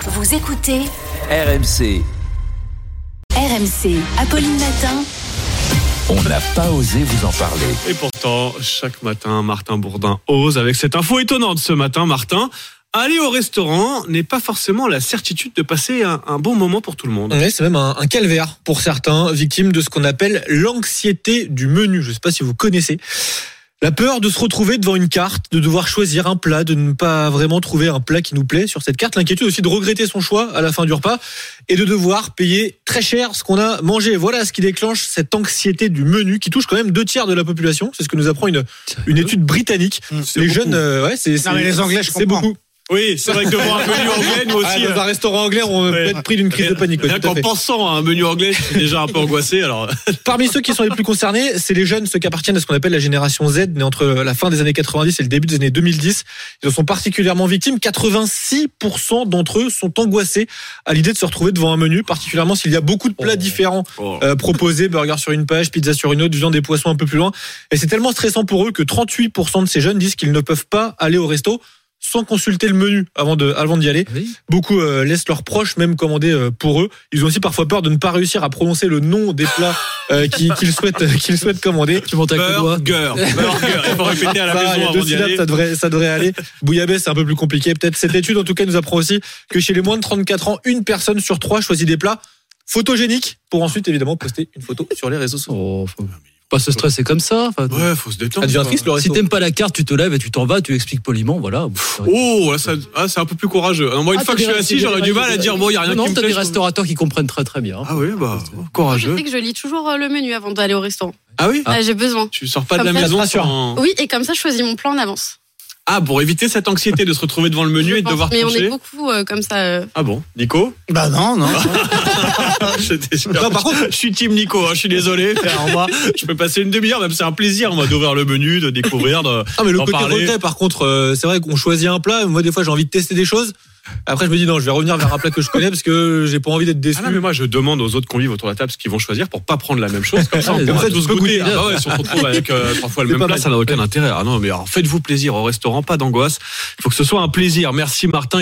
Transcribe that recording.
Vous écoutez RMC, RMC. Apolline Matin. on n'a pas osé vous en parler. Et pourtant, chaque matin, Martin Bourdin ose avec cette info étonnante ce matin, Martin. Aller au restaurant n'est pas forcément la certitude de passer un, un bon moment pour tout le monde. Oui, c'est même un, un calvaire pour certains, victimes de ce qu'on appelle l'anxiété du menu. Je ne sais pas si vous connaissez. La peur de se retrouver devant une carte, de devoir choisir un plat, de ne pas vraiment trouver un plat qui nous plaît sur cette carte. L'inquiétude aussi de regretter son choix à la fin du repas et de devoir payer très cher ce qu'on a mangé. Voilà ce qui déclenche cette anxiété du menu qui touche quand même deux tiers de la population. C'est ce que nous apprend une, une étude britannique. Mmh, C'est Les beaucoup. jeunes, euh, ouais, c'est Non, mais c'est- les Anglais, je c'est comprends. beaucoup. Oui, c'est vrai que devant un menu anglais, nous Ah, aussi, dans euh, un restaurant anglais, on peut ouais. être pris d'une crise de panique. ouais, rien tout à qu'en fait. pensant à un menu anglais, je suis déjà un peu angoissé. Alors, Parmi ceux qui sont les plus concernés, c'est les jeunes, ceux qui appartiennent à ce qu'on appelle la génération Z, née entre la fin des années 90 et le début des années 2010. Ils en sont particulièrement victimes. 86% d'entre eux sont angoissés à l'idée de se retrouver devant un menu, particulièrement s'il y a beaucoup de plats Oh. différents oh. euh, proposés, burger sur une page, pizza sur une autre, viande et poissons un peu plus loin. Et c'est tellement stressant pour eux que 38% de ces jeunes disent qu'ils ne peuvent pas aller au resto sans consulter le menu avant de avant d'y aller. Beaucoup euh, laissent leurs proches même commander euh, pour eux. Ils ont aussi parfois peur de ne pas réussir à prononcer le nom des plats euh, qui- qu'ils souhaitent qu'ils souhaitent commander. Euh, Tu montes burger, burger. Il faut répéter à la ça, il y maison a deux avant d'y syllabes, aller. ça devrait, ça devrait aller. Bouillabaisse, c'est un peu plus compliqué. Peut-être cette étude, en tout cas, nous apprend aussi que chez les moins de 34 ans, une personne sur trois choisit des plats photogéniques pour ensuite, évidemment, poster une photo sur les réseaux sociaux. Oh, faut pas se stresser comme ça. Enfin, Ouais, faut se détendre. Ça devient triste, le Si resto. t'aimes pas la carte, tu te lèves et tu t'en vas, tu expliques poliment, voilà. Oh, là, ça- ah, c'est un peu plus courageux. Alors, moi, une Ah, fois t'as que je suis des- assis, des- j'aurais du mal à dire bon, il Oh, y a rien non, qui me t'as plaît, des je- restaurateurs qui comprennent très très bien. Ah oui, bah, Je courageux. sais que je lis toujours euh, le menu avant d'aller au restaurant. Ah oui. Ah, J'ai besoin. Tu sors pas de Comme la ça, maison ça te rassure. sans- Oui, et comme ça, je choisis mon plan en avance. Ah, pour éviter cette anxiété de se retrouver devant le menu Je et de pense. devoir Mais on trancher. est beaucoup euh, comme ça. euh. Ah bon, Nico Bah non, non. J'étais sûr. je suis team Nico, hein, je suis désolé. frère, moi, je peux passer une demi-heure, même c'est un plaisir moi d'ouvrir le menu, de découvrir. De... Ah, mais le d'en côté parler. regret, par contre, euh, c'est vrai qu'on choisit un plat. Moi, des fois, j'ai envie de tester des choses. Après, je me dis non, je vais revenir vers un plat que je connais parce que j'ai pas envie d'être déçu. Ah non, mais moi je demande aux autres convives autour de la table ce qu'ils vont choisir pour pas prendre la même chose. Comme ça, Ah, on les pourra autres, tous tu peux goûter. goûter. Ah bah ouais, si on se retrouve avec euh, trois fois le C'est même pas plat, mal. ça n'a aucun intérêt. Ah non, mais alors faites-vous plaisir au restaurant, pas d'angoisse. Il faut que ce soit un plaisir. Merci Martin.